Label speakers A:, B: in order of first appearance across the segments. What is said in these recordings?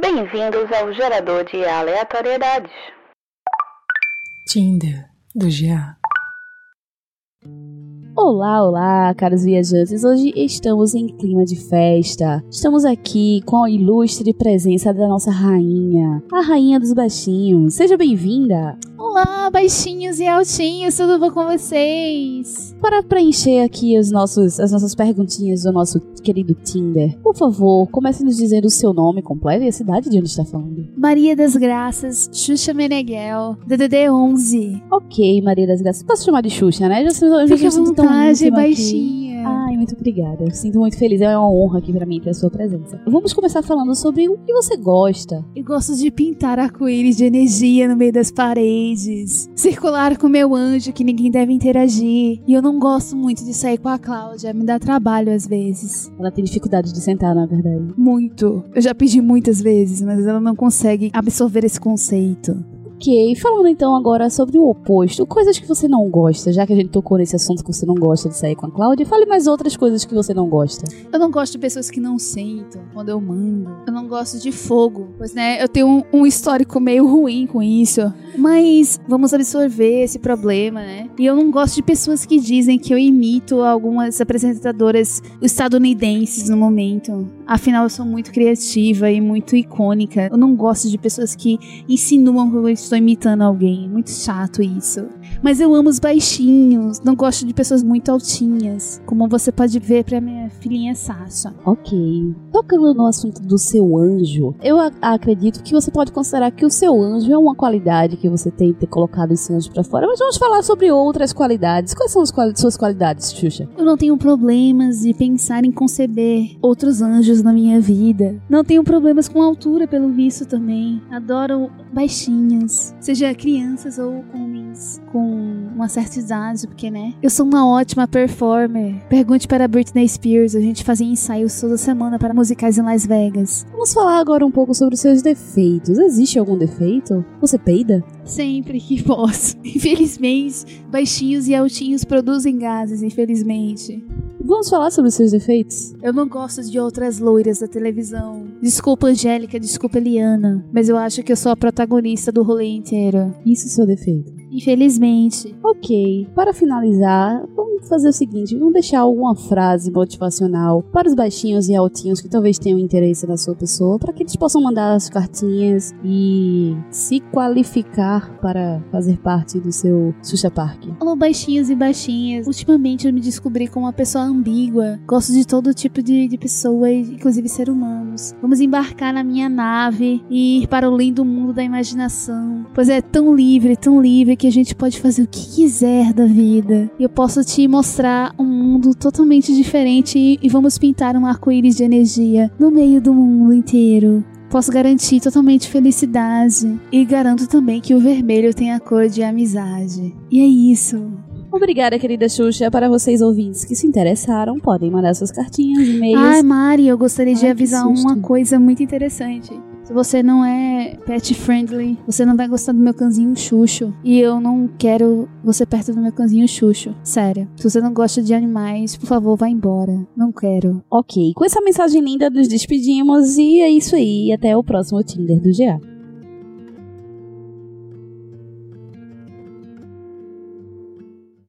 A: Bem-vindos ao gerador de aleatoriedades.
B: Tinder, do GA.
C: Olá, olá, caros viajantes. Hoje estamos em clima de festa. Estamos aqui com a ilustre presença da nossa rainha, a rainha dos baixinhos. Seja bem-vinda.
D: Olá, baixinhos e altinhos, tudo bom com vocês?
C: Para preencher aqui os nossos, as nossas perguntinhas do nosso querido Tinder, por favor, comece nos dizendo o seu nome completo e a cidade de onde está falando.
D: Maria das Graças, Xuxa Meneghel, DDD11.
C: Ok, Maria das Graças. Posso chamar de Xuxa, né? Já, já
D: Fique à
C: me sinto tão
D: vontade,
C: íntima aqui.
D: baixinha.
C: Ai, muito obrigada. Eu sinto muito feliz. É uma honra aqui pra mim ter a sua presença. Vamos começar falando sobre o que você gosta.
D: Eu gosto de pintar arco-íris de energia no meio das paredes, circular com meu anjo que ninguém deve interagir. E eu não gosto muito de sair com a Cláudia, me dá trabalho às vezes.
C: Ela tem dificuldade de sentar, na verdade.
D: Muito. Eu já pedi muitas vezes, mas ela não consegue absorver esse conceito.
C: Ok, falando então agora sobre o oposto, coisas que você não gosta, já que a gente tocou nesse assunto que você não gosta de sair com a Cláudia, fale mais outras coisas que você não gosta.
D: Eu não gosto de pessoas que não sentam quando eu mando. Eu não gosto de fogo, pois né, eu tenho um, um histórico meio ruim com isso. Mas vamos absorver esse problema, né? E eu não gosto de pessoas que dizem que eu imito algumas apresentadoras estadunidenses no momento. Afinal, eu sou muito criativa e muito icônica. Eu não gosto de pessoas que insinuam que eu estou imitando alguém. Muito chato isso. Mas eu amo os baixinhos, não gosto de pessoas muito altinhas, como você pode ver pra minha filhinha Sasha.
C: Ok, tocando no assunto do seu anjo, eu a- acredito que você pode considerar que o seu anjo é uma qualidade que você tem ter colocado esse anjo pra fora, mas vamos falar sobre outras qualidades. Quais são as quali- suas qualidades, Xuxa?
D: Eu não tenho problemas de pensar em conceber outros anjos na minha vida. Não tenho problemas com altura, pelo visto também. Adoro baixinhos, seja crianças ou homens com uma certa idade, porque né? Eu sou uma ótima performer. Pergunte para Britney Spears, a gente fazia ensaios toda semana para musicais em Las Vegas.
C: Vamos falar agora um pouco sobre os seus defeitos. Existe algum defeito? Você peida?
D: Sempre que posso. Infelizmente, baixinhos e altinhos produzem gases, infelizmente.
C: Vamos falar sobre os seus defeitos?
D: Eu não gosto de outras loiras da televisão. Desculpa, Angélica, desculpa, Eliana. Mas eu acho que eu sou a protagonista do rolê inteiro.
C: Isso é seu defeito.
D: Infelizmente.
C: Ok, para finalizar, vamos fazer o seguinte: vamos deixar alguma frase motivacional para os baixinhos e altinhos que talvez tenham interesse na sua pessoa, para que eles possam mandar as cartinhas e se qualificar para fazer parte do seu Xuxa Park.
D: Alô, baixinhos e baixinhas. Ultimamente eu me descobri como uma pessoa ambígua. Gosto de todo tipo de, de pessoa, inclusive ser humanos. Vamos embarcar na minha nave e ir para o lindo mundo da imaginação. Pois é tão livre, tão livre que a gente pode fazer o que quiser da vida. E eu posso te mostrar um mundo totalmente diferente e, e vamos pintar um arco-íris de energia no meio do mundo inteiro. Posso garantir totalmente felicidade. E garanto também que o vermelho tem a cor de amizade. E é isso.
C: Obrigada, querida Xuxa. Para vocês ouvintes que se interessaram, podem mandar suas cartinhas, e-mails.
D: Ai, Mari, eu gostaria de
C: Ai, que
D: avisar
C: susto.
D: uma coisa muito interessante. Se você não é pet friendly, você não vai gostar do meu cãozinho Xuxo. E eu não quero você perto do meu cãozinho Xuxo. Sério. Se você não gosta de animais, por favor, vá embora. Não quero.
C: Ok, com essa mensagem linda, nos despedimos e é isso aí. Até o próximo Tinder do GA.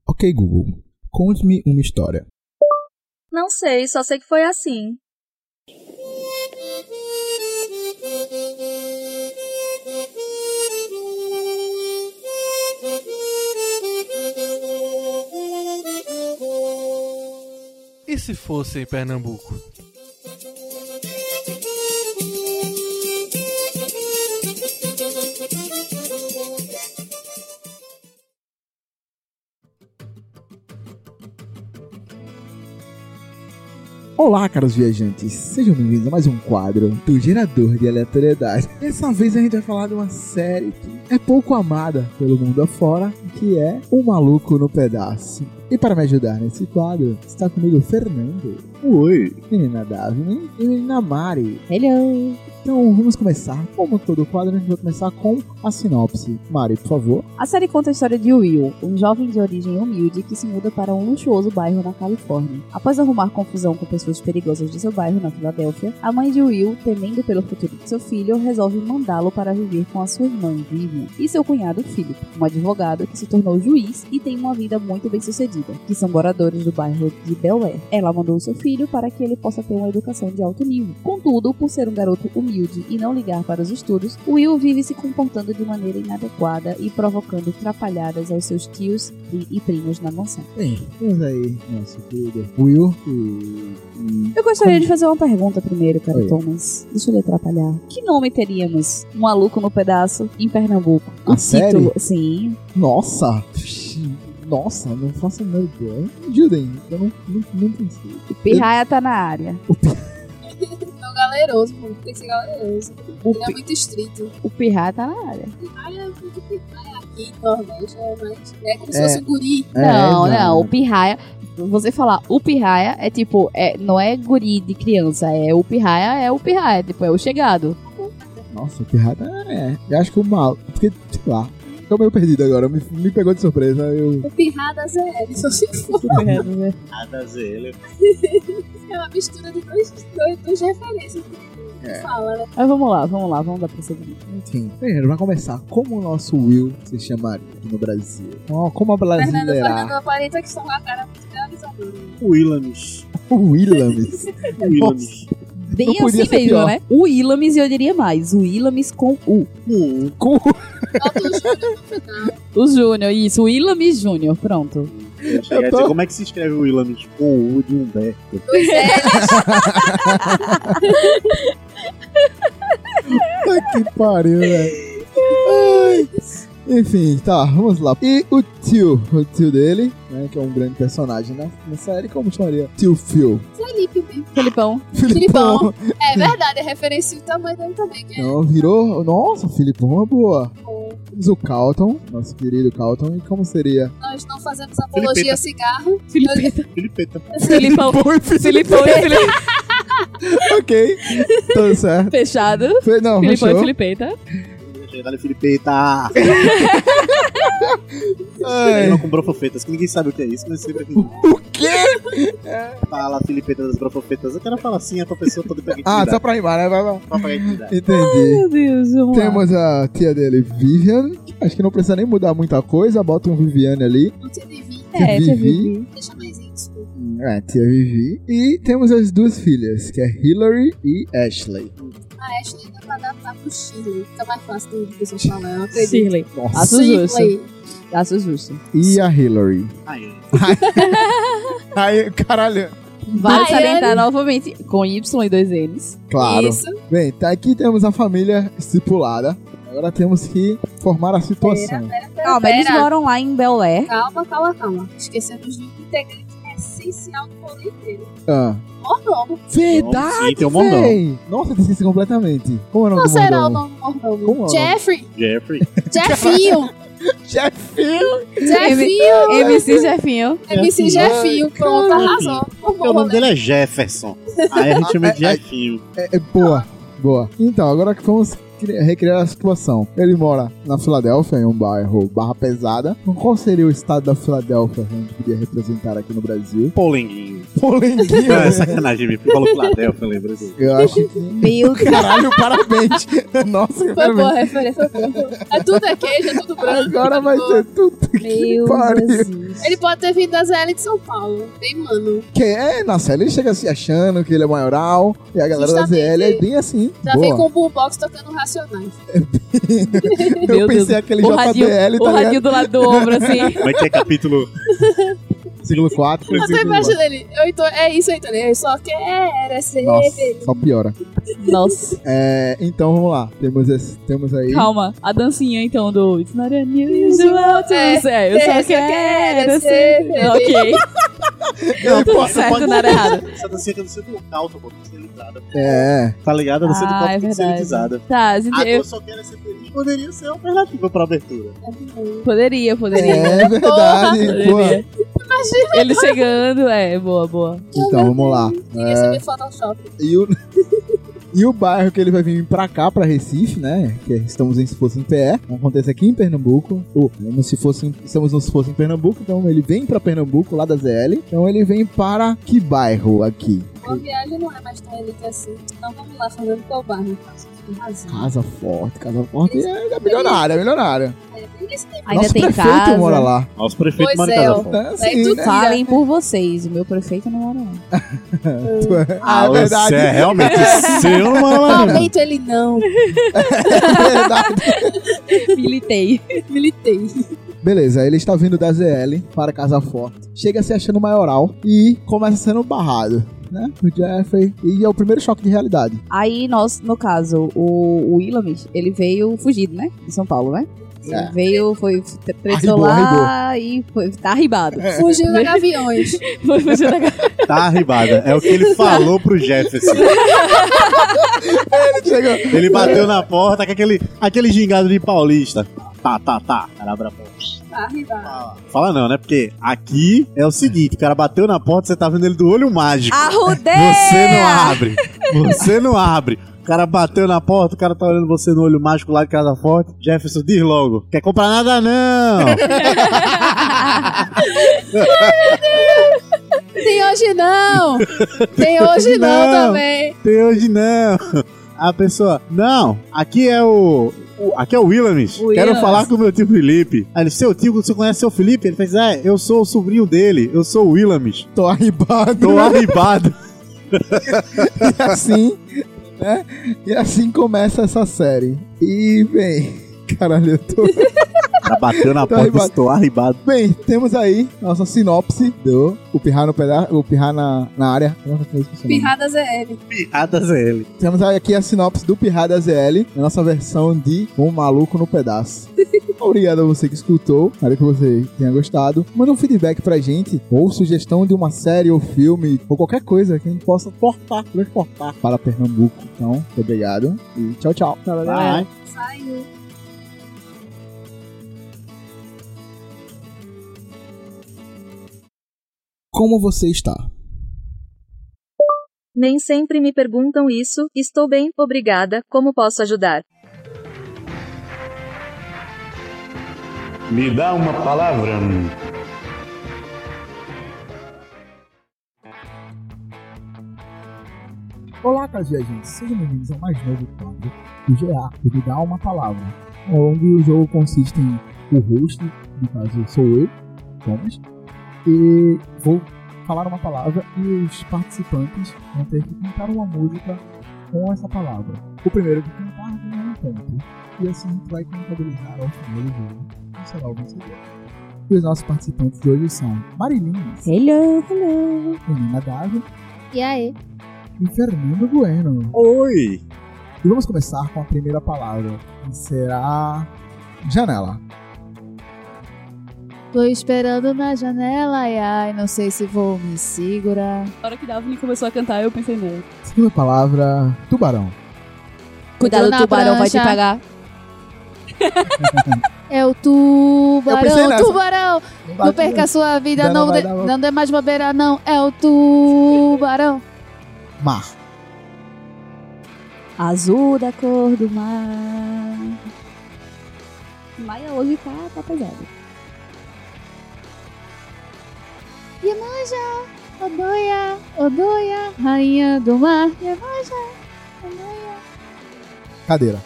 E: Ok, Google, conte-me uma história.
F: Não sei, só sei que foi assim.
G: E se fosse em Pernambuco?
E: Olá, caros viajantes, sejam bem-vindos a mais um quadro do Gerador de Aleatoriedade. Dessa vez a gente vai falar de uma série que é pouco amada pelo mundo afora, que é O Maluco no Pedaço. E para me ajudar nesse quadro, está comigo o Fernando,
H: Oi.
E: menina Daphne e menina Mari.
C: Hello!
E: Então vamos começar, como todo quadro, a gente vai começar com A sinopse. Mari, por favor.
C: A série conta a história de Will, um jovem de origem humilde que se muda para um luxuoso bairro na Califórnia. Após arrumar confusão com pessoas perigosas de seu bairro, na Filadélfia, a mãe de Will, temendo pelo futuro de seu filho, resolve mandá-lo para viver com a sua irmã, Vivian, e seu cunhado, Philip, um advogado que se tornou juiz e tem uma vida muito bem sucedida, que são moradores do bairro de Bel Air. Ela mandou seu filho para que ele possa ter uma educação de alto nível. Contudo, por ser um garoto humilde e não ligar para os estudos, Will vive se comportando de maneira inadequada e provocando atrapalhadas aos seus tios e, e primos na mansão.
E: Bem, vamos aí, nosso querido Will. E... e-
C: Eu gostaria de fazer uma pergunta primeiro, cara
E: Oi.
C: Thomas. Deixa eu lhe atrapalhar. Que nome teríamos? Um maluco no pedaço em Pernambuco. Um
E: A série?
C: título, sim.
E: Nossa! Psh, Nossa, não faço a menor ideia. Me Ajudem, eu não, não, não pensei.
C: O Pirraia tá na área.
I: Não, galeroso, pô. Tem que ser galeroso.
C: O,
I: Não é muito estrito.
C: o Pirraia tá na área.
I: Pirraia é muito pirraia aqui, no Nordeste, é mais. É como se
E: É.
I: fosse um guri.
E: É,
C: não,
E: exato.
C: não. O Pirraia. Você falar o Pirraia é tipo, é, não é guri de criança, é o Pirraia, é o Pirraia, tipo, é o chegado.
E: Nossa, o pirrata é. Eu acho que o mal. Porque, sei lá. Tô meio perdido agora, me, me pegou de surpresa. Eu.
I: O pirradas é ele, só se for.
J: Nada a ver.
I: É uma mistura de duas, duas, duas referências que tu
E: É.
I: fala, né?
C: Mas vamos lá, vamos lá, vamos dar prosseguimento.
E: Enfim, primeiro, vai começar. Como o nosso Will se chamaria aqui no Brasil? Ó, Como a
I: Fernando, Fernando
E: brasileira?
I: aparenta que são uma cara muito realizadora. né?
J: Willams.
E: O Willams.
J: Willams.
C: Bem
E: Não podia
C: assim
E: ser
C: mesmo,
E: pior.
C: né? O Ilamis, eu diria mais. O Ilamis com U.
E: Hum, com
I: Bota o Júnior no final.
C: O Júnior, isso. O Ilamis Júnior, pronto.
J: Eu achei que ia
E: Eu tô-
J: dizer, como é que se escreve o Willams? Com U de Humberto.
I: Dois L's,
E: Puta que pariu, velho. Ai. Enfim, tá, vamos lá. E o tio, o tio dele, né, que é um grande personagem na, na série, como chamaria? Tio Phil.
I: Felipe mesmo.
C: Felipão.
E: Filipão.
I: É verdade, é referência o tamanho dele também, que é
E: Não, virou... Nossa, Filipão é uma boa. Temos o Calton, nosso querido Calton, e como seria?
I: nós não fazemos apologia
J: Felipeta.
I: a cigarro.
C: Filipeta.
J: Filipeta.
C: Filipão. Filipão e Filipeta.
E: ok, tudo certo.
C: Fechado.
E: Fe-
C: Filipão
E: Não,
C: é e
E: fechou.
C: Filipeta.
J: Geraldo Filipeta.
E: Ai,
J: Não com brofofetas, que ninguém sabe o que é isso, mas sempre que
E: O quê?
J: fala Filipeta das brofofetas, eu quero falar assim, é pra pessoa poder pegar
E: Ah, só
J: identidade.
E: pra rimar, né? Vai, vai.
J: Pra pegar identidade.
E: Entendi.
C: Meu Deus, vamos lá.
E: Temos a tia dele, Vivian. que Acho que não precisa nem mudar muita coisa, bota um Viviane ali.
I: Não te devia,
C: É,
E: Vivi.
C: tia Vivi.
I: deixa mais isso.
E: É, tia Vivi. E temos as duas filhas, que é Hillary e Ashley.
I: A Ashley dá pra adaptar pro Chile. Fica mais fácil do que pessoas falam, eu acredito.
C: Shirley.
E: Nossa.
C: Aço justo.
I: Chile.
C: Aço justo.
E: E a Hillary.
J: Aí,
E: Aí, caralho.
C: Vale
I: Baiane.
C: salientar novamente com Y e dois N's.
E: Claro.
I: Isso.
E: Bem, tá aqui temos a família estipulada. Agora temos que formar a situação.
C: Ah, mas eles
I: Pera,
C: moram lá em Bel Air.
I: Calma, calma, calma. Esquecemos de um integrante essencial do rolê inteiro.
E: Ah.
I: Mordomo.
E: Verdade,
J: Sim, tem um mongol.
E: véi. Nossa, eu esqueci completamente. Como é o nome
I: Qual
E: do
I: será o
E: mordomo?
I: nome do mordomo?
E: Como é o nome?
I: Jeffrey.
J: Jeffrey.
I: Jeffinho.
E: Jeffinho.
I: Jeffinho.
C: MC Jefinho.
I: MC Jeffinho.
E: né?
I: Pronto,
J: caramba.
I: arrasou.
J: Porque o nome dele é Jefferson. Aí a gente chama de
E: Ah, é, é.
J: Jeffinho.
E: É, é boa, boa. Então, agora que vamos cri- recriar a situação. Ele mora na Filadélfia, em um bairro barra pesada. Então, Qual seria o estado da Filadélfia que a gente podia representar aqui no Brasil?
J: Polenguinho.
E: Polenguinho.
J: Não, é
E: né?
J: sacanagem, me falou Filadélfia, lembra disso.
E: Eu acho que.
C: Meu Deus.
E: Caralho, parabéns! Nossa,
I: Foi boa
E: parabéns.
I: a referência. foi boa. É tudo é queijo, é tudo branco.
E: Agora vai ser tudo que pariu.
I: Ele pode ter vindo da ZL de São Paulo. Bem, mano.
E: Que é, na série ele chega se achando que ele é maioral. E a galera da
I: Justamente.
E: ZL é bem assim.
I: Já vem com
E: Boa.
I: o boombox tocando racionais.
E: Eu
C: Meu Deus.
E: pensei aquele
C: O radinho,
E: JBL,
C: o
E: tá ligado?
C: radinho do lado do ombro, assim.
J: Vai ter é capítulo.
E: Siglo 4.
I: Eu tô imaginando ele. Eu então, é isso, então. Eu só quero ser
E: Nossa,
I: feliz.
E: só piora.
C: Nossa.
E: É, então vamos lá. Temos, esse, temos aí.
C: Calma. A dancinha, então, do It's not unusual to
I: É,
C: é, Eu só
I: eu só
C: quero ser.
I: quero ser
C: Ok. Não, tudo
J: pode-
C: certo,
J: pode-
C: nada errado.
J: Essa dancinha tem que ser do caldo, tá pô, tem que ser lisada.
E: É.
J: Tá ligado? A dancinha do
C: Ah, é
J: caldo tem que ser
C: verdade.
J: lisada.
C: Tá, gente,
J: Ah,
C: eu
J: eu só quero ser feliz. Poderia ser uma alternativa pra abertura.
I: tá
C: poderia, poderia.
E: É verdade. Boa.
C: Poderia. Ele chegando, é, boa, boa.
E: Então vamos lá.
I: Ninguém sabia Photoshop.
E: E o, E o bairro que ele vai vir pra cá, pra Recife, né? Que estamos em se fosse em PE, acontece aqui em Pernambuco. Ou como se fosse em- estamos no se fosse em Pernambuco, então ele vem pra Pernambuco, lá da ZL. Então ele vem para que bairro aqui?
I: A viagem não é mais tão elite assim. Então vamos lá, falando qual bairro. Nossa, tem razão.
E: Casa Forte, Casa Forte é, é milionária, é milionária.
I: É, tem esse tempo.
C: Ainda
E: Nosso
C: tem
E: prefeito
C: casa.
E: mora lá.
J: Nosso prefeito
I: Pois
J: mora em
I: é,
J: casa
I: ó.
J: fora.
E: É
I: Vai
E: assim,
I: tudo
E: né?
C: Falem por vocês, o meu prefeito não mora lá.
E: Ah, é verdade.
J: Você é realmente seu,
I: Não,
J: mano.
I: Leito ele não.
E: É verdade.
C: Militei.
I: Militei.
E: Beleza, ele está vindo da ZL para Casa Forte. Chega se achando maioral e começa sendo barrado, né? O Jeffrey. E é o primeiro choque de realidade.
C: Aí nós, no caso, o, o Willamich, ele veio fugido, né? De São Paulo, né? Ele
E: É.
C: veio, foi t- preso
E: Arribou, É.
C: lá e foi, tá arribado.
I: Fugiu da Gaviões.
C: Foi fugiu da casa.
J: Tá arribada. É o que ele falou pro Jefferson.
E: Ele chega.
J: Ele bateu na porta com aquele, aquele gingado de paulista. Tá, tá, tá. Cara, abre a porta.
I: Tá, rival.
J: Fala. Fala não, né? Porque aqui é o seguinte, o cara bateu na porta, você tá vendo ele do olho mágico.
C: Arrudeia!
J: Você não abre. Você não abre. O cara bateu na porta, o cara tá olhando você no olho mágico lá de casa forte. Jefferson, diz logo. Quer comprar nada não.
I: Tem hoje não! Tem hoje não,
J: Não.
I: também.
J: Tem hoje não. A pessoa, não, aqui é o... o- aqui é o Willamis.
C: O
J: Quero
C: Willamis.
J: falar com o meu tio Felipe. Aí ele, seu tio, você conhece seu Felipe? Ele fez, é, eu sou o sobrinho dele, eu sou o Willamis.
E: Tô arribado.
J: Tô arribado.
E: E assim, né? E assim começa essa série. E, bem. Caralho, eu tô.
J: Ela bateu na
E: Tô
J: Tá porta,
E: arribado.
J: estou arribado.
E: Bem, temos aí nossa sinopse do O Pirrar no Peda... O Pirrar na, na área. Nossa, que isso, mano.
I: Pirradas é ele.
J: Piadas é ele.
E: Temos aqui a sinopse do Pirrada ZL, a nossa versão de Um Maluco no Pedaço. Obrigado a você que escutou, espero que você tenha gostado. Manda um feedback pra gente, ou sugestão de uma série ou filme, ou qualquer coisa que a gente possa portar, transportar para Pernambuco. Então, muito obrigado e tchau, tchau.
J: Vai.
H: É.
I: Saiu.
E: Como você está?
K: Nem sempre me perguntam isso. Estou bem, obrigada. Como posso ajudar?
L: Me dá uma palavra.
E: Olá, caros viajantes, sejam bem-vindos ao mais novo quadro do GA, que me dá uma palavra, onde o jogo consiste em o host, no caso sou eu, Thomas, e vou falar uma palavra e os participantes vão ter que cantar uma música com essa palavra. O primeiro que cantar ganha um ponto, e assim a gente vai contabilizar ao final do jogo, quem será o vencedor. E os nossos participantes de hoje são Marilins,
C: Hello, hello.
E: Menina D'Água
M: E aí?
E: e Fernando Bueno.
J: Oi!
E: E vamos começar com a primeira palavra, que será janela.
D: Tô esperando na janela, ai, ai, não sei se vou me segurar.
M: Na hora que Daphne começou a cantar, eu pensei nele.
E: Segunda palavra, tubarão.
C: Cuidado,
D: Dona
C: o tubarão vai te
D: Brancha.
C: pegar.
D: É o tubarão,
E: pensei nessa.
D: tubarão! Não perca a sua vida,
E: Dá, não
D: não,
E: vai
D: dê-
E: dar, não.
D: não dê mais bobeira, não. É o tubarão.
E: Mar.
C: Azul da cor do mar. Maia hoje tá, tá pesado.
D: Iemanjá, Odoia, Odoia, Rainha do Mar, Iemanjá, Odoia.
E: Cadeira.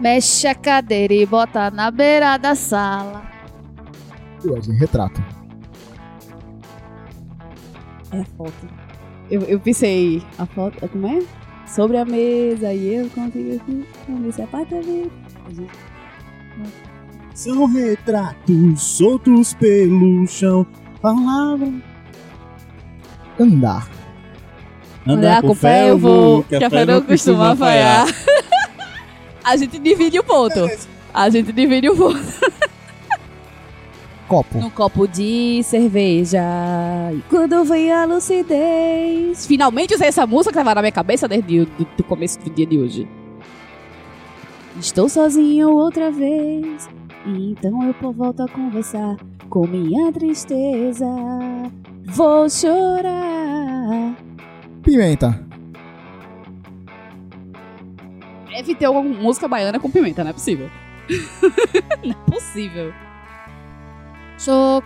D: Mexe a cadeira e bota na beira da sala.
E: E hoje, retrato.
C: É a foto. Eu, eu pensei, a foto, como é? Sobre a mesa e eu contigo aqui, vamos ver
J: São retratos soltos pelo chão. Palavra.
E: Andar.
H: é,
C: Andar com fé eu vou, café não costuma falhar. a gente divide o ponto. A gente divide o ponto.
E: Copo.
C: Um copo de cerveja. E quando vem a lucidez. Finalmente usei essa música que tava na minha cabeça desde o do, do começo do dia de hoje. Estou sozinho outra vez. e Então eu po- volto a conversar com minha tristeza. Vou chorar.
E: Pimenta.
C: deve ter alguma música baiana com pimenta, não é possível. não é possível.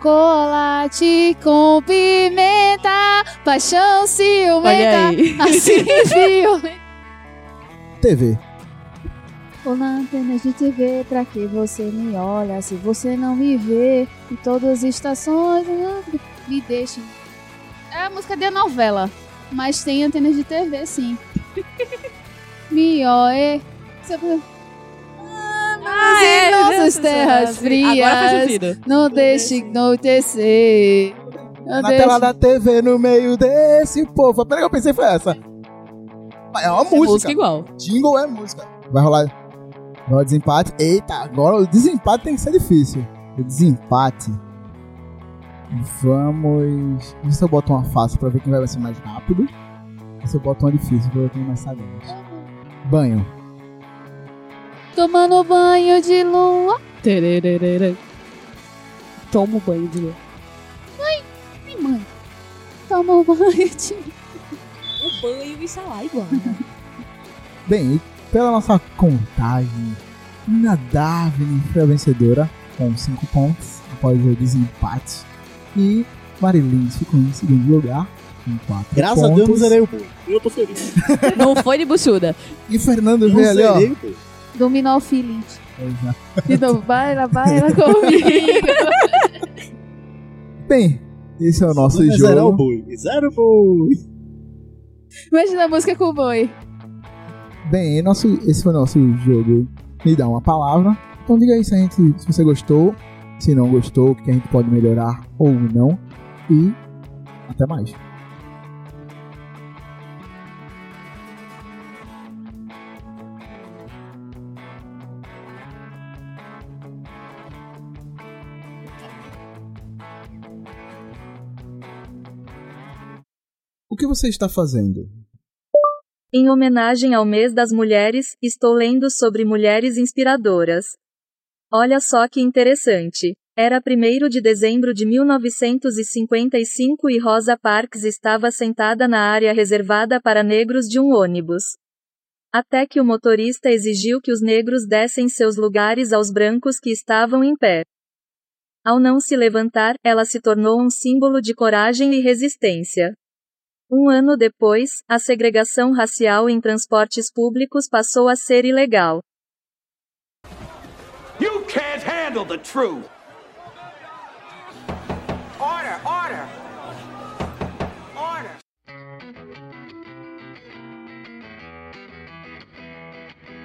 D: Chocolate com pimenta, paixão
C: Olha
D: ciumenta,
C: aí.
D: assim violenta.
E: TV.
N: Olá, antenas de TV, pra que você me olha se você não me vê? Em todas as estações, ah, me deixem.
D: É a música de novela, mas tem antenas de TV, sim. Mioe. Ah, é, nossas terras
N: Agora faz
D: frias,
N: sentido.
D: não deixe anoitecer. Não
E: Na tela
D: deixe...
E: da TV, no meio desse povo. A primeira que eu pensei foi essa. É uma
N: É
E: música.
N: música igual.
E: Jingle é música. Vai rolar. Vai rolar desempate. Eita, agora o desempate tem que ser difícil. O desempate. Vamos. Vê se eu boto uma fácil pra ver quem vai ser mais rápido. Vê se eu boto uma difícil pra ver quem vai saber. Banho.
D: Tomando banho de lua.
N: Terererê. Toma o banho de lua.
D: Ai, mãe. Toma banho de
N: O banho e salar igual. né?
E: Bem, e pela nossa contagem, Nina Davini foi a vencedora com 5 pontos após o desempate. E Marilins ficou em segundo lugar com 4 pontos.
H: Graças a Deus, não zerei o boi. Eu tô feliz.
N: não foi de buchuda.
E: E Fernando
H: Não
E: veio ali, ó.
H: zerei o boi.
D: Dominar o feeling.
E: Exato.
D: De
I: Então,
D: novo, baila, baila comigo.
E: Bem, esse é o nosso
H: Não é Zerar o
E: jogo.
H: boi. Zero boi.
D: Imagina a música com o boi.
E: Bem, nosso, esse foi o nosso jogo. Me dá uma palavra. Então diga aí se, a gente, se você gostou, se não gostou, o que a gente pode melhorar ou não. E até mais. O que você está fazendo?
F: Em homenagem ao mês das mulheres, estou lendo sobre mulheres inspiradoras. Olha só que interessante. Era 1 de dezembro de 1955 e Rosa Parks estava sentada na área reservada para negros de um ônibus. Até que o motorista exigiu que os negros dessem seus lugares aos brancos que estavam em pé. Ao não se levantar, ela se tornou um símbolo de coragem e resistência. Um ano depois, a segregação racial em transportes públicos passou a ser ilegal.
O: You can't handle the truth. Order, order. Order.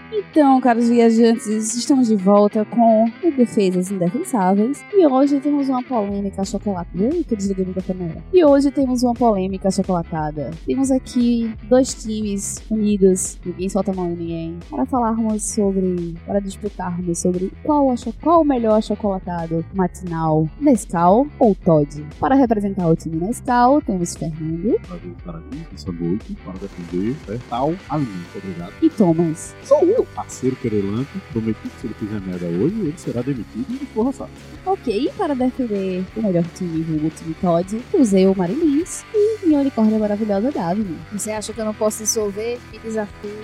C: Então, caros viajantes, estamos de volta com o Defesas Indefensáveis. E hoje temos uma polêmica chocolatada. Ui, que eu desliguei o microfone agora. E hoje temos uma polêmica chocolatada. Temos aqui dois times unidos, ninguém solta a mão em ninguém, para falarmos sobre. para disputarmos sobre qual, a, cho- qual o melhor achocolatado matinal, Nescau ou Todd. Para representar o time Nescau, temos Fernando
J: Parabéns para mim, essa noite, para defender é, tal a mim. Obrigado.
C: e Thomas.
J: Sou eu! Parceiro querelanto, prometi que se ele fizer merda hoje, ele será demitido e for assado.
C: Ok, e para defender o melhor time vulgo time Todd, usei o Marilins e minha unicórnia maravilhosa Davi.
N: Você acha que eu não posso dissolver? Que desafio.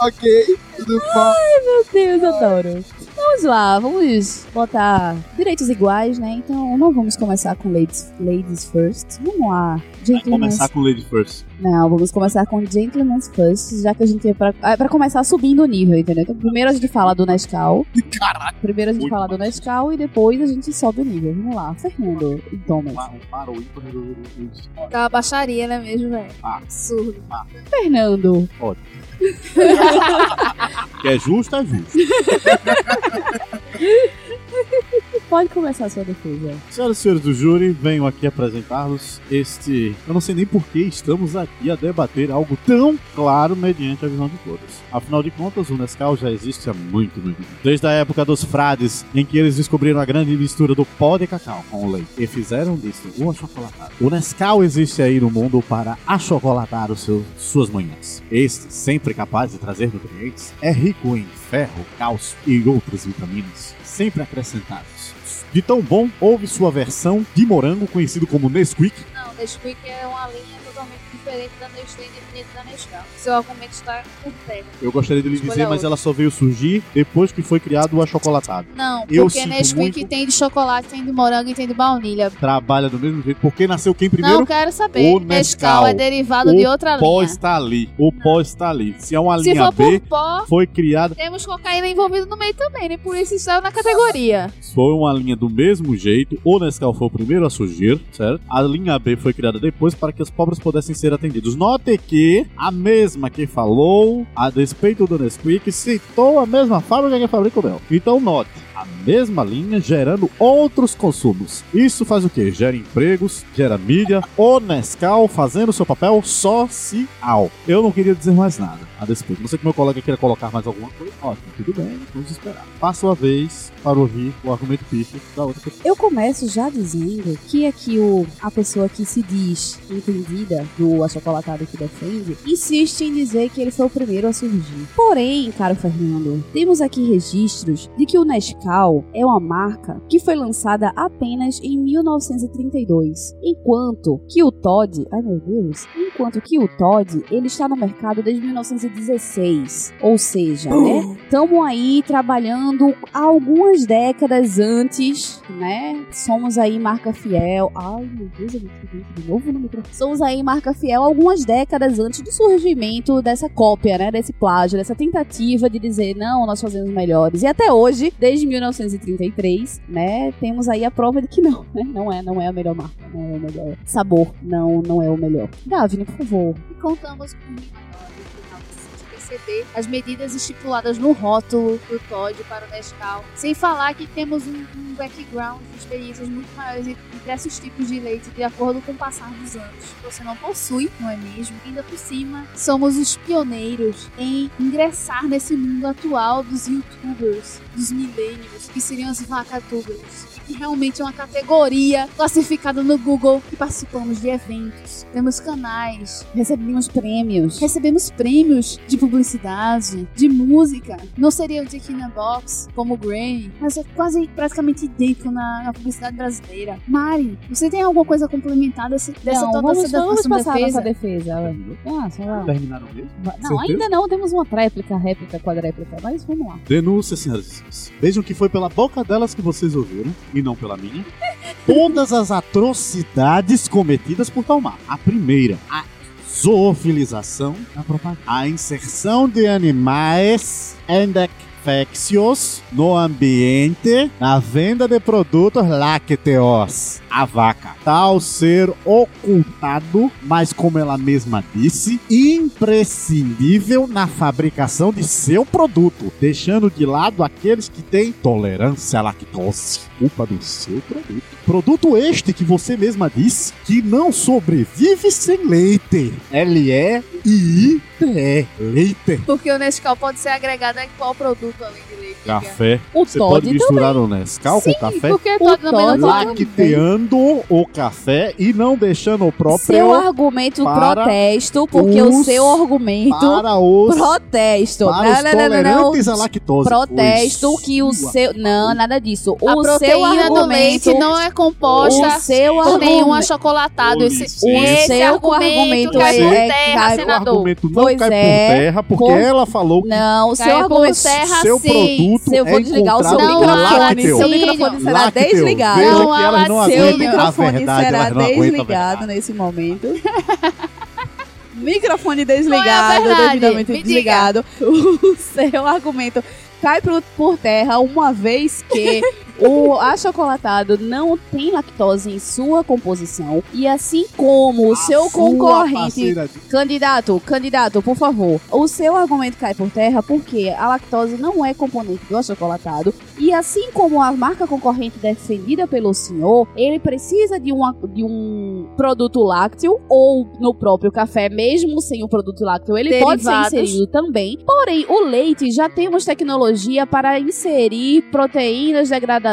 E: Ok, tudo bom.
C: Meu Deus, adoro. Vamos lá, vamos botar direitos iguais, né? Então não vamos começar com ladies, ladies first. Vamos lá, gentlemen.
J: Começar com Lady First.
C: Não, vamos começar com gentlemen first, já que a gente é pra, ah, é pra começar subindo o nível, entendeu? Então primeiro a gente fala do Nescau.
J: Caraca!
C: Primeiro a gente
J: Muito
C: fala do Nescau e depois a gente sobe o nível. Vamos lá, Fernando e Thomas.
J: Para o ícone do- do- do-
D: Tá uma baixaria, né mesmo, velho?
J: Ah.
D: Absurdo.
C: Fernando.
J: Que é justo, é justo.
C: Pode começar a sua defesa.
J: Senhoras e senhores do júri, venho aqui apresentar-vos este. Eu não sei nem por que estamos aqui a debater algo tão claro mediante a visão de todos. Afinal de contas, o Nescau já existe há muito, muito tempo. Desde a época dos frades, em que eles descobriram a grande mistura do pó de cacau com o leite e fizeram disso uma chocolatada. O Nescau existe aí no mundo para achocolatar os seus, suas manhãs. Este, sempre capaz de trazer nutrientes, é rico em ferro, cálcio e outras vitaminas, sempre acrescentados. De tão bom, houve sua versão de morango, conhecido como Nesquik,
D: Não, Nesquik é uma linha do
I: totalmente diferente da Nestlé e independente da Nestlé. Seu argumento está por terra.
J: Eu gostaria de lhe
I: Escolha
J: dizer, mas
I: outra.
J: ela só veio surgir depois que foi criado o achocolatado.
I: Não,
J: Eu
I: porque
J: sinto
I: Nesquik tem de chocolate, tem de morango e tem de baunilha.
J: Trabalha do mesmo jeito, porque nasceu quem primeiro?
I: Não quero saber.
J: O Nescau.
I: Nescau é derivado
J: o
I: de outra
J: pó
I: linha.
J: está ali. O pó está ali. Se é uma
I: Se
J: linha
I: for
J: B,
I: por pó,
J: foi criada.
I: temos cocaína envolvida no meio também, né? Por isso está na categoria.
J: Foi uma linha do mesmo jeito. O Nescau foi o primeiro a surgir, certo? A linha B foi criada depois para que os pobres pudessem ser atendidos. Note que a mesma que falou a respeito do Nesquik citou a mesma fábrica que fabrica o mel. Então note, a mesma linha gerando outros consumos. Isso faz o quê? Gera empregos, gera mídia. O Nescau fazendo seu papel social. Eu não queria dizer mais nada a respeito. Não sei que meu colega queira colocar mais alguma coisa. Ótimo, tudo bem, vamos esperar. Passo a vez para ouvir o argumento pife da outra pessoa.
C: Eu começo já dizendo que aqui o, a pessoa que se diz entendida do achocolatado que defende insiste em dizer que ele foi o primeiro a surgir. Porém, caro Fernando, temos aqui registros de que o Nescau é uma marca que foi lançada apenas em 1932, enquanto que o Todd, ai meu Deus, enquanto que o Todd, ele está no mercado desde 1916, ou seja, né? Estamos aí trabalhando há algumas décadas antes, né? Somos aí marca fiel. Ai, meu Deus, eu me peguei de novo no microfone. Somos aí marca fiel algumas décadas antes do surgimento dessa cópia, né? Desse plágio, dessa tentativa de dizer, não, nós fazemos melhores. E até hoje, desde 1933, né? Temos aí a prova de que não, né? Não é, não é a melhor marca, não é o melhor sabor, não, não é o melhor. Davi, por favor.
I: E contamos com o CD, as medidas estipuladas no rótulo do Todd para o Nescau, sem falar que temos um, um background de experiências muito maiores entre diversos tipos de leite de acordo com o passar dos anos. Você não possui, não é mesmo? Ainda por cima, somos os pioneiros em ingressar nesse mundo atual dos youtubers, dos millennials, que seriam as vacatubers. Que realmente é uma categoria classificada no Google que participamos de eventos, temos canais,
C: Recebemos prêmios.
I: Recebemos prêmios de publicidade, de música. Não seria o Dick in a Box, como o Grammy, mas é quase praticamente idêntico na, na publicidade brasileira. Mari, você tem alguma coisa complementar desse, dessa
C: Não,
I: toda
C: vamos,
I: essa
C: vamos
I: nossa
C: passar
I: defesa?
C: nossa defesa. Ah, sei lá.
J: Terminaram mesmo?
C: Não,
J: Certeza?
C: ainda não, temos uma tréplica, réplica, quadréplica, mas vamos lá.
J: Denúncia, senhoras e senhores. Vejam que foi pela boca delas que vocês ouviram, e não pela minha, todas as atrocidades cometidas por Talmar. A primeira, a zoofilização da propaganda. A inserção de animais endecfectios no ambiente na venda de produtos lácteos. A vaca, tal ser ocultado, mas como ela mesma disse, imprescindível na fabricação de seu produto, deixando de lado aqueles que têm tolerância à lactose, culpa do seu produto. Produto este que você mesma disse que não sobrevive sem leite. L-E-I-T-E. Leite.
I: Porque o Nescau pode ser agregado a qual produto além de leite?
J: Café.
I: O
J: Você
I: Todd
J: pode misturar
I: também.
J: o Nescau
I: Sim,
J: com café?
I: porque Todd também não pode.
J: Lacteando o café e não deixando o próprio.
C: Seu argumento
J: para
C: protesto, porque o
J: os-
C: seu argumento
J: para os-
C: protesto.
J: para
C: não,
J: os
C: não, não, não,
J: tolerantes
C: não.
J: à lactose.
C: Protesto
J: Pois
C: que o
J: sua
C: seu não, nada disso.
I: A
C: o seu
I: proteína do
C: argumento-
I: leite não é composta
C: o seu
I: por nenhum
D: um
C: argumento-
I: achocolatado. Esse,
C: é O
I: esse
C: seu
I: argumento
C: argumento
I: cai por
C: é-
I: terra,
C: cai-
I: senador.
J: O argumento não
C: Pois
J: cai
C: é,
J: por terra porque
C: por-
J: ela falou que
C: Não, o seu
I: Caiu por
C: argumento
I: terra,
J: seu
I: sim.
J: produto
C: Eu vou
J: é
C: desligar o seu
J: encontrado
C: microfone,
J: no lácteo.
C: seu microfone será
J: Lácteo.
C: desligado.
J: Veja
C: Não,
J: que elas
C: seu
J: não aguentam a
C: microfone
J: verdade,
C: será
J: elas não aguentam a verdade.
C: desligado nesse momento. Microfone desligado,
N: é verdade?
C: devidamente
N: Me
C: desligado. O seu argumento cai pro- por terra uma vez que o achocolatado não tem lactose em sua composição e assim como o seu concorrente
J: parceira de-
C: Candidato, candidato, por favor. O seu argumento cai por terra porque a lactose não é componente do achocolatado e assim como a marca concorrente defendida pelo senhor, ele precisa de, uma, de um produto lácteo ou no próprio café, mesmo sem o produto lácteo, ele pode
I: Derivados.
C: ser inserido também. Porém, o leite já temos tecnologia para inserir proteínas degradadoras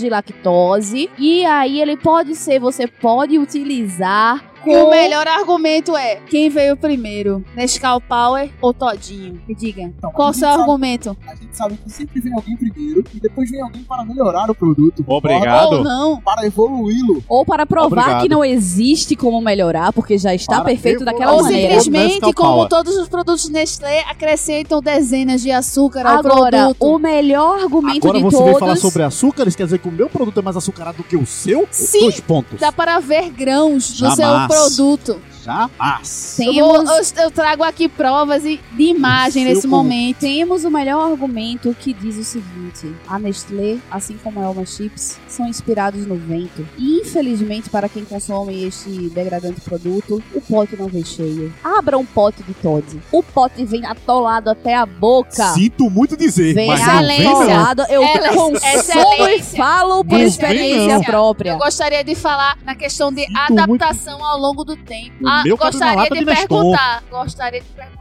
C: de lactose e aí ele pode ser, você pode utilizar
I: E o
C: com-
I: melhor argumento é
E: Então,
I: quem veio primeiro, Nescau Power ou Todinho? Me diga, qual o seu argumento?
E: sabe que sempre vem alguém primeiro e depois vem alguém para melhorar o produto.
J: Obrigado.
E: Para-
C: Ou não.
E: Para evoluí-lo.
C: Ou para provar
E: Obrigado.
C: que não existe como melhorar, porque já está
E: Para
C: perfeito
E: evoluir.
I: É
C: daquela
E: Ou
C: maneira.
D: Simplesmente, como
C: Power.
D: todos os produtos Nestlé, acrescentam dezenas de açúcar ao
C: Agora,
D: produto.
C: o melhor argumento
J: Agora
C: de
J: você
C: todos...
J: veio falar sobre açúcares, quer dizer que o meu produto é mais açucarado do que o seu?
D: Sim.
J: Dois pontos.
D: Dá para ver grãos no seu
J: Jamais.
D: produto.
J: Jamais.
D: Eu, vou- eu- eu trago aqui provas e- de imagem
C: Seu
D: nesse
C: como-
D: momento.
C: Temos o melhor argumento que diz o seguinte: a Nestlé, assim como a Elma Chips, são inspirados no vento. E infelizmente, para quem consome este degradante produto, o pote não vem cheio. Abra um pote de Todd. O pote vem atolado até a boca.
J: Sinto muito dizer,
C: Vem
J: mas não vem não.
C: atolado. Eu
D: Ela-
C: consumo e
D: excelência.
C: falo por
D: Não vem,
C: experiência
D: não.
C: própria.
D: Eu gostaria de falar na questão de adaptação ao longo do tempo. Ah,
C: O meu cabe na
D: gostaria
J: é
C: lata
D: de,
C: de Neston.
D: perguntar. Gostaria de perguntar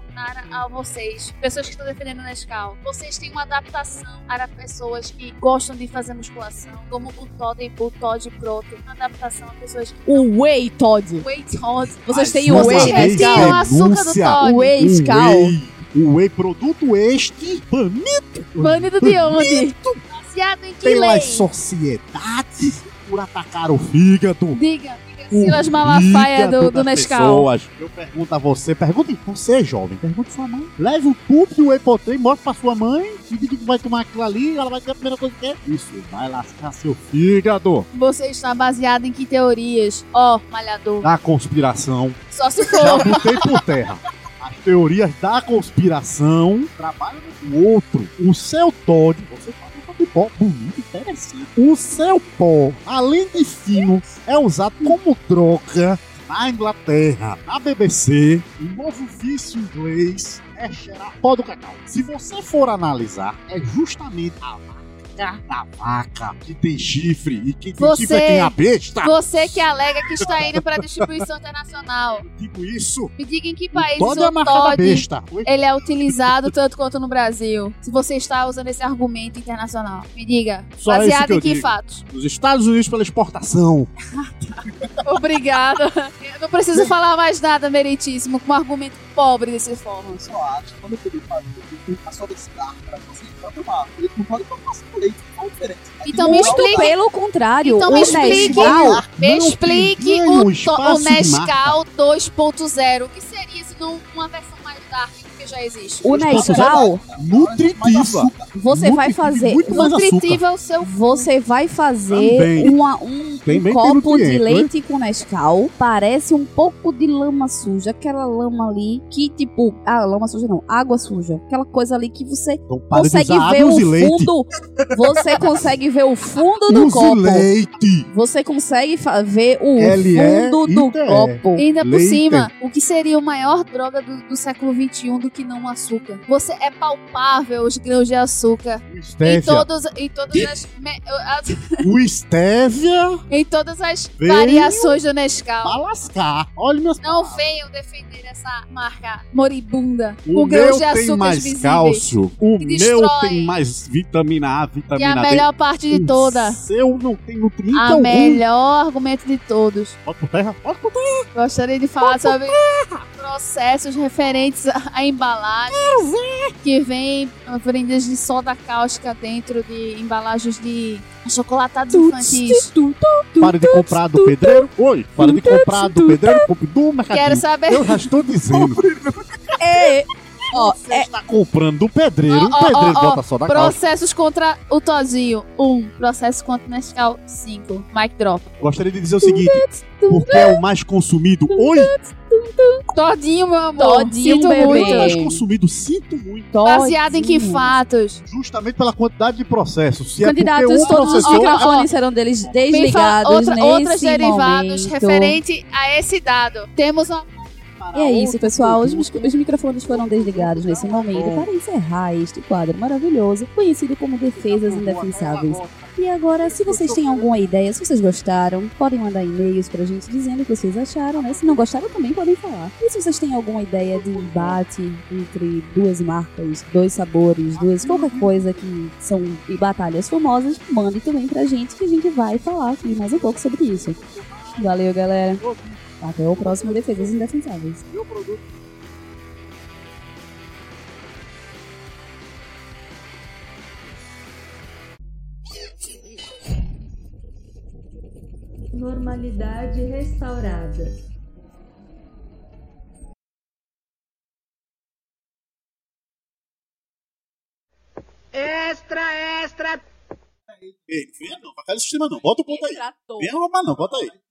D: a vocês, pessoas que estão defendendo o Nescau. Vocês têm uma adaptação para pessoas que gostam de fazer musculação, como o Todd, o Todd Proto. Uma adaptação a pessoas que
C: O Whey Todd.
D: Wait Todd.
C: Vocês têm
J: Mais
C: o
J: uma
C: Whey
J: vez,
C: Nescau.
J: denúncia.
C: O Whey Nescau.
J: O whey- O whey produto este, banido.
D: Banido de onde? Baseado em que
J: Pelas
D: lei?
J: sociedades por atacar o fígado.
D: Diga, diga,
J: O
D: Silas Malafaia
J: fígado
D: do, do
J: das
D: Nescau.
J: pessoas. Eu pergunto a você, pergunte você, é jovem, pergunte sua mãe. Leve o tubo de whey protein, mostra pra sua mãe e diga que vai tomar aquilo ali, ela vai ter a primeira coisa que quer. Isso, vai lascar seu fígado.
D: Você está baseado em que teorias? Ó, malhador.
J: Da conspiração.
D: Só se for.
J: Já botei por terra. As teorias da conspiração trabalham com o outro. O seu Todd, você fala um toque de pó bonito, interessante. O seu pó, além de fino, é usado como droga na Inglaterra, na BBC. O novo vício inglês é cheirar pó do cacau. Se você for analisar, é justamente a vaca da vaca que tem chifre e quem tem chifre é quem é a besta.
D: Você que alega que está indo para distribuição internacional.
J: Digo isso.
D: Me diga em que país
J: Todd
D: o
J: é a marca da
D: Todd,
J: besta. Oi?
D: ele é utilizado tanto quanto no Brasil. Se você está usando esse argumento internacional, me diga.
J: Só isso
D: baseado
J: que eu
D: em que
J: digo.
D: fatos?
J: Nos Estados Unidos pela exportação.
D: Obrigada. Eu não preciso falar mais nada, meritíssimo, com um argumento pobre desse forma.
E: Só acho, quando eu fazer, tem que só descar para você não tomar. Ele não pode tomar seu leite, qual a diferença?
D: Então me
C: Muito
D: explique.
C: Pelo contrário,
D: Então
C: o
D: me explique,
C: Nescau
D: me
C: não
D: explique
C: ganha um
D: o, to- o
C: espaço de
D: Nescau 2.0. O que seria se não uma versão mais dark do que já existe?
C: O Nescau
J: nutritiva.
C: Você vai fazer
D: muito mais açúcar. Nutritiva
C: o seu. Você vai fazer
J: Também.
C: uma- um,
J: Também tem
C: copo de
J: nutriente, né?
C: leite com Nescau. Parece um pouco de lama suja, aquela lama ali que tipo, ah, lama suja não, água suja, aquela coisa ali que você
J: Então, para de
C: consegue
J: usar
C: ver o
J: águas e ah, leite.
C: fundo. Você consegue ver o fundo do
J: Use
C: copo.
J: leite.
C: Você consegue fa- ver o
J: L-E-I-T-E.
C: fundo do copo.
D: E ainda por
C: Leite.
D: cima, o que seria a maior droga do, do século XXI do que não o açúcar? Você é palpável os grãos de açúcar. Em,
J: Estévia.
D: todos, em todas as, me- as-
J: O estévia
D: em todas as
J: Venho
D: variações do Nescau.
J: Alascar. Olha minhas
D: Não venham defender essa marca moribunda.
J: O,
D: com grãos
J: meu
D: de açúcar
J: tem mais
D: visíveis.
J: cálcio. O
D: que
J: meu
D: destrói.
J: tem mais vitamina A,
D: E
J: vitamina
D: a
J: D. Então, um
D: melhor parte de
J: O
D: toda.
J: seu não tem nutriente
D: A
J: algum.
D: melhor argumento de todos.
J: Bota por terra. Bota por terra.
D: Gostaria de falar sobre processos referentes a a embalagens que vêm vendas de soda cáustica dentro de embalagens de chocolatados infantis.
J: Para de comprar do pedreiro. Oi, para de comprar do pedreiro. Compre do mercadinho.
D: Quero saber-
J: Eu já estou dizendo.
C: É, ó, é-
J: Está comprando do pedreiro.
D: Ó,
J: O
D: ó,
J: pedreiro
D: ó, ó,
J: bota só da calça.
D: Processos contra o Tozinho, 1. Um. Processo contra o Nescau, 5. Mic drop.
J: Gostaria de dizer o seguinte. Porque é o mais consumido. Oi,
D: Todinho, meu amor.
C: Todinho,
D: Sinto
C: bebê.
D: muito.
J: mais é consumido. Sinto muito.
D: Baseado em que fatos?
J: Justamente pela quantidade de processos. Se é porque
C: Candidatos,
J: um
C: todos os
J: processor-
C: microfones serão deles
D: Me fala
C: desligados
D: outra-
C: nesse
D: outras derivados
C: momento.
D: referente a esse dado. Temos uma.
C: E é isso, pessoal. Os, mic- os microfones foram desligados nesse momento
J: É.
C: para encerrar este quadro maravilhoso, conhecido como Defesas Indefensáveis. E agora, se vocês têm alguma ideia, se vocês gostaram, podem mandar e-mails pra gente dizendo o que vocês acharam, né? Se não gostaram, também podem falar. E se vocês têm alguma ideia de embate entre duas marcas, dois sabores, duas qualquer coisa que são batalhas famosas, mandem também pra gente que a gente vai falar aqui mais um pouco sobre isso. Valeu, galera. Até o próximo Defesas Indefensáveis.
F: normalidade restaurada.
P: Extra, extra.
J: Ei, venha não, pra cá do sistema não. Bota o ponto aí. Venha roubar não, bota aí.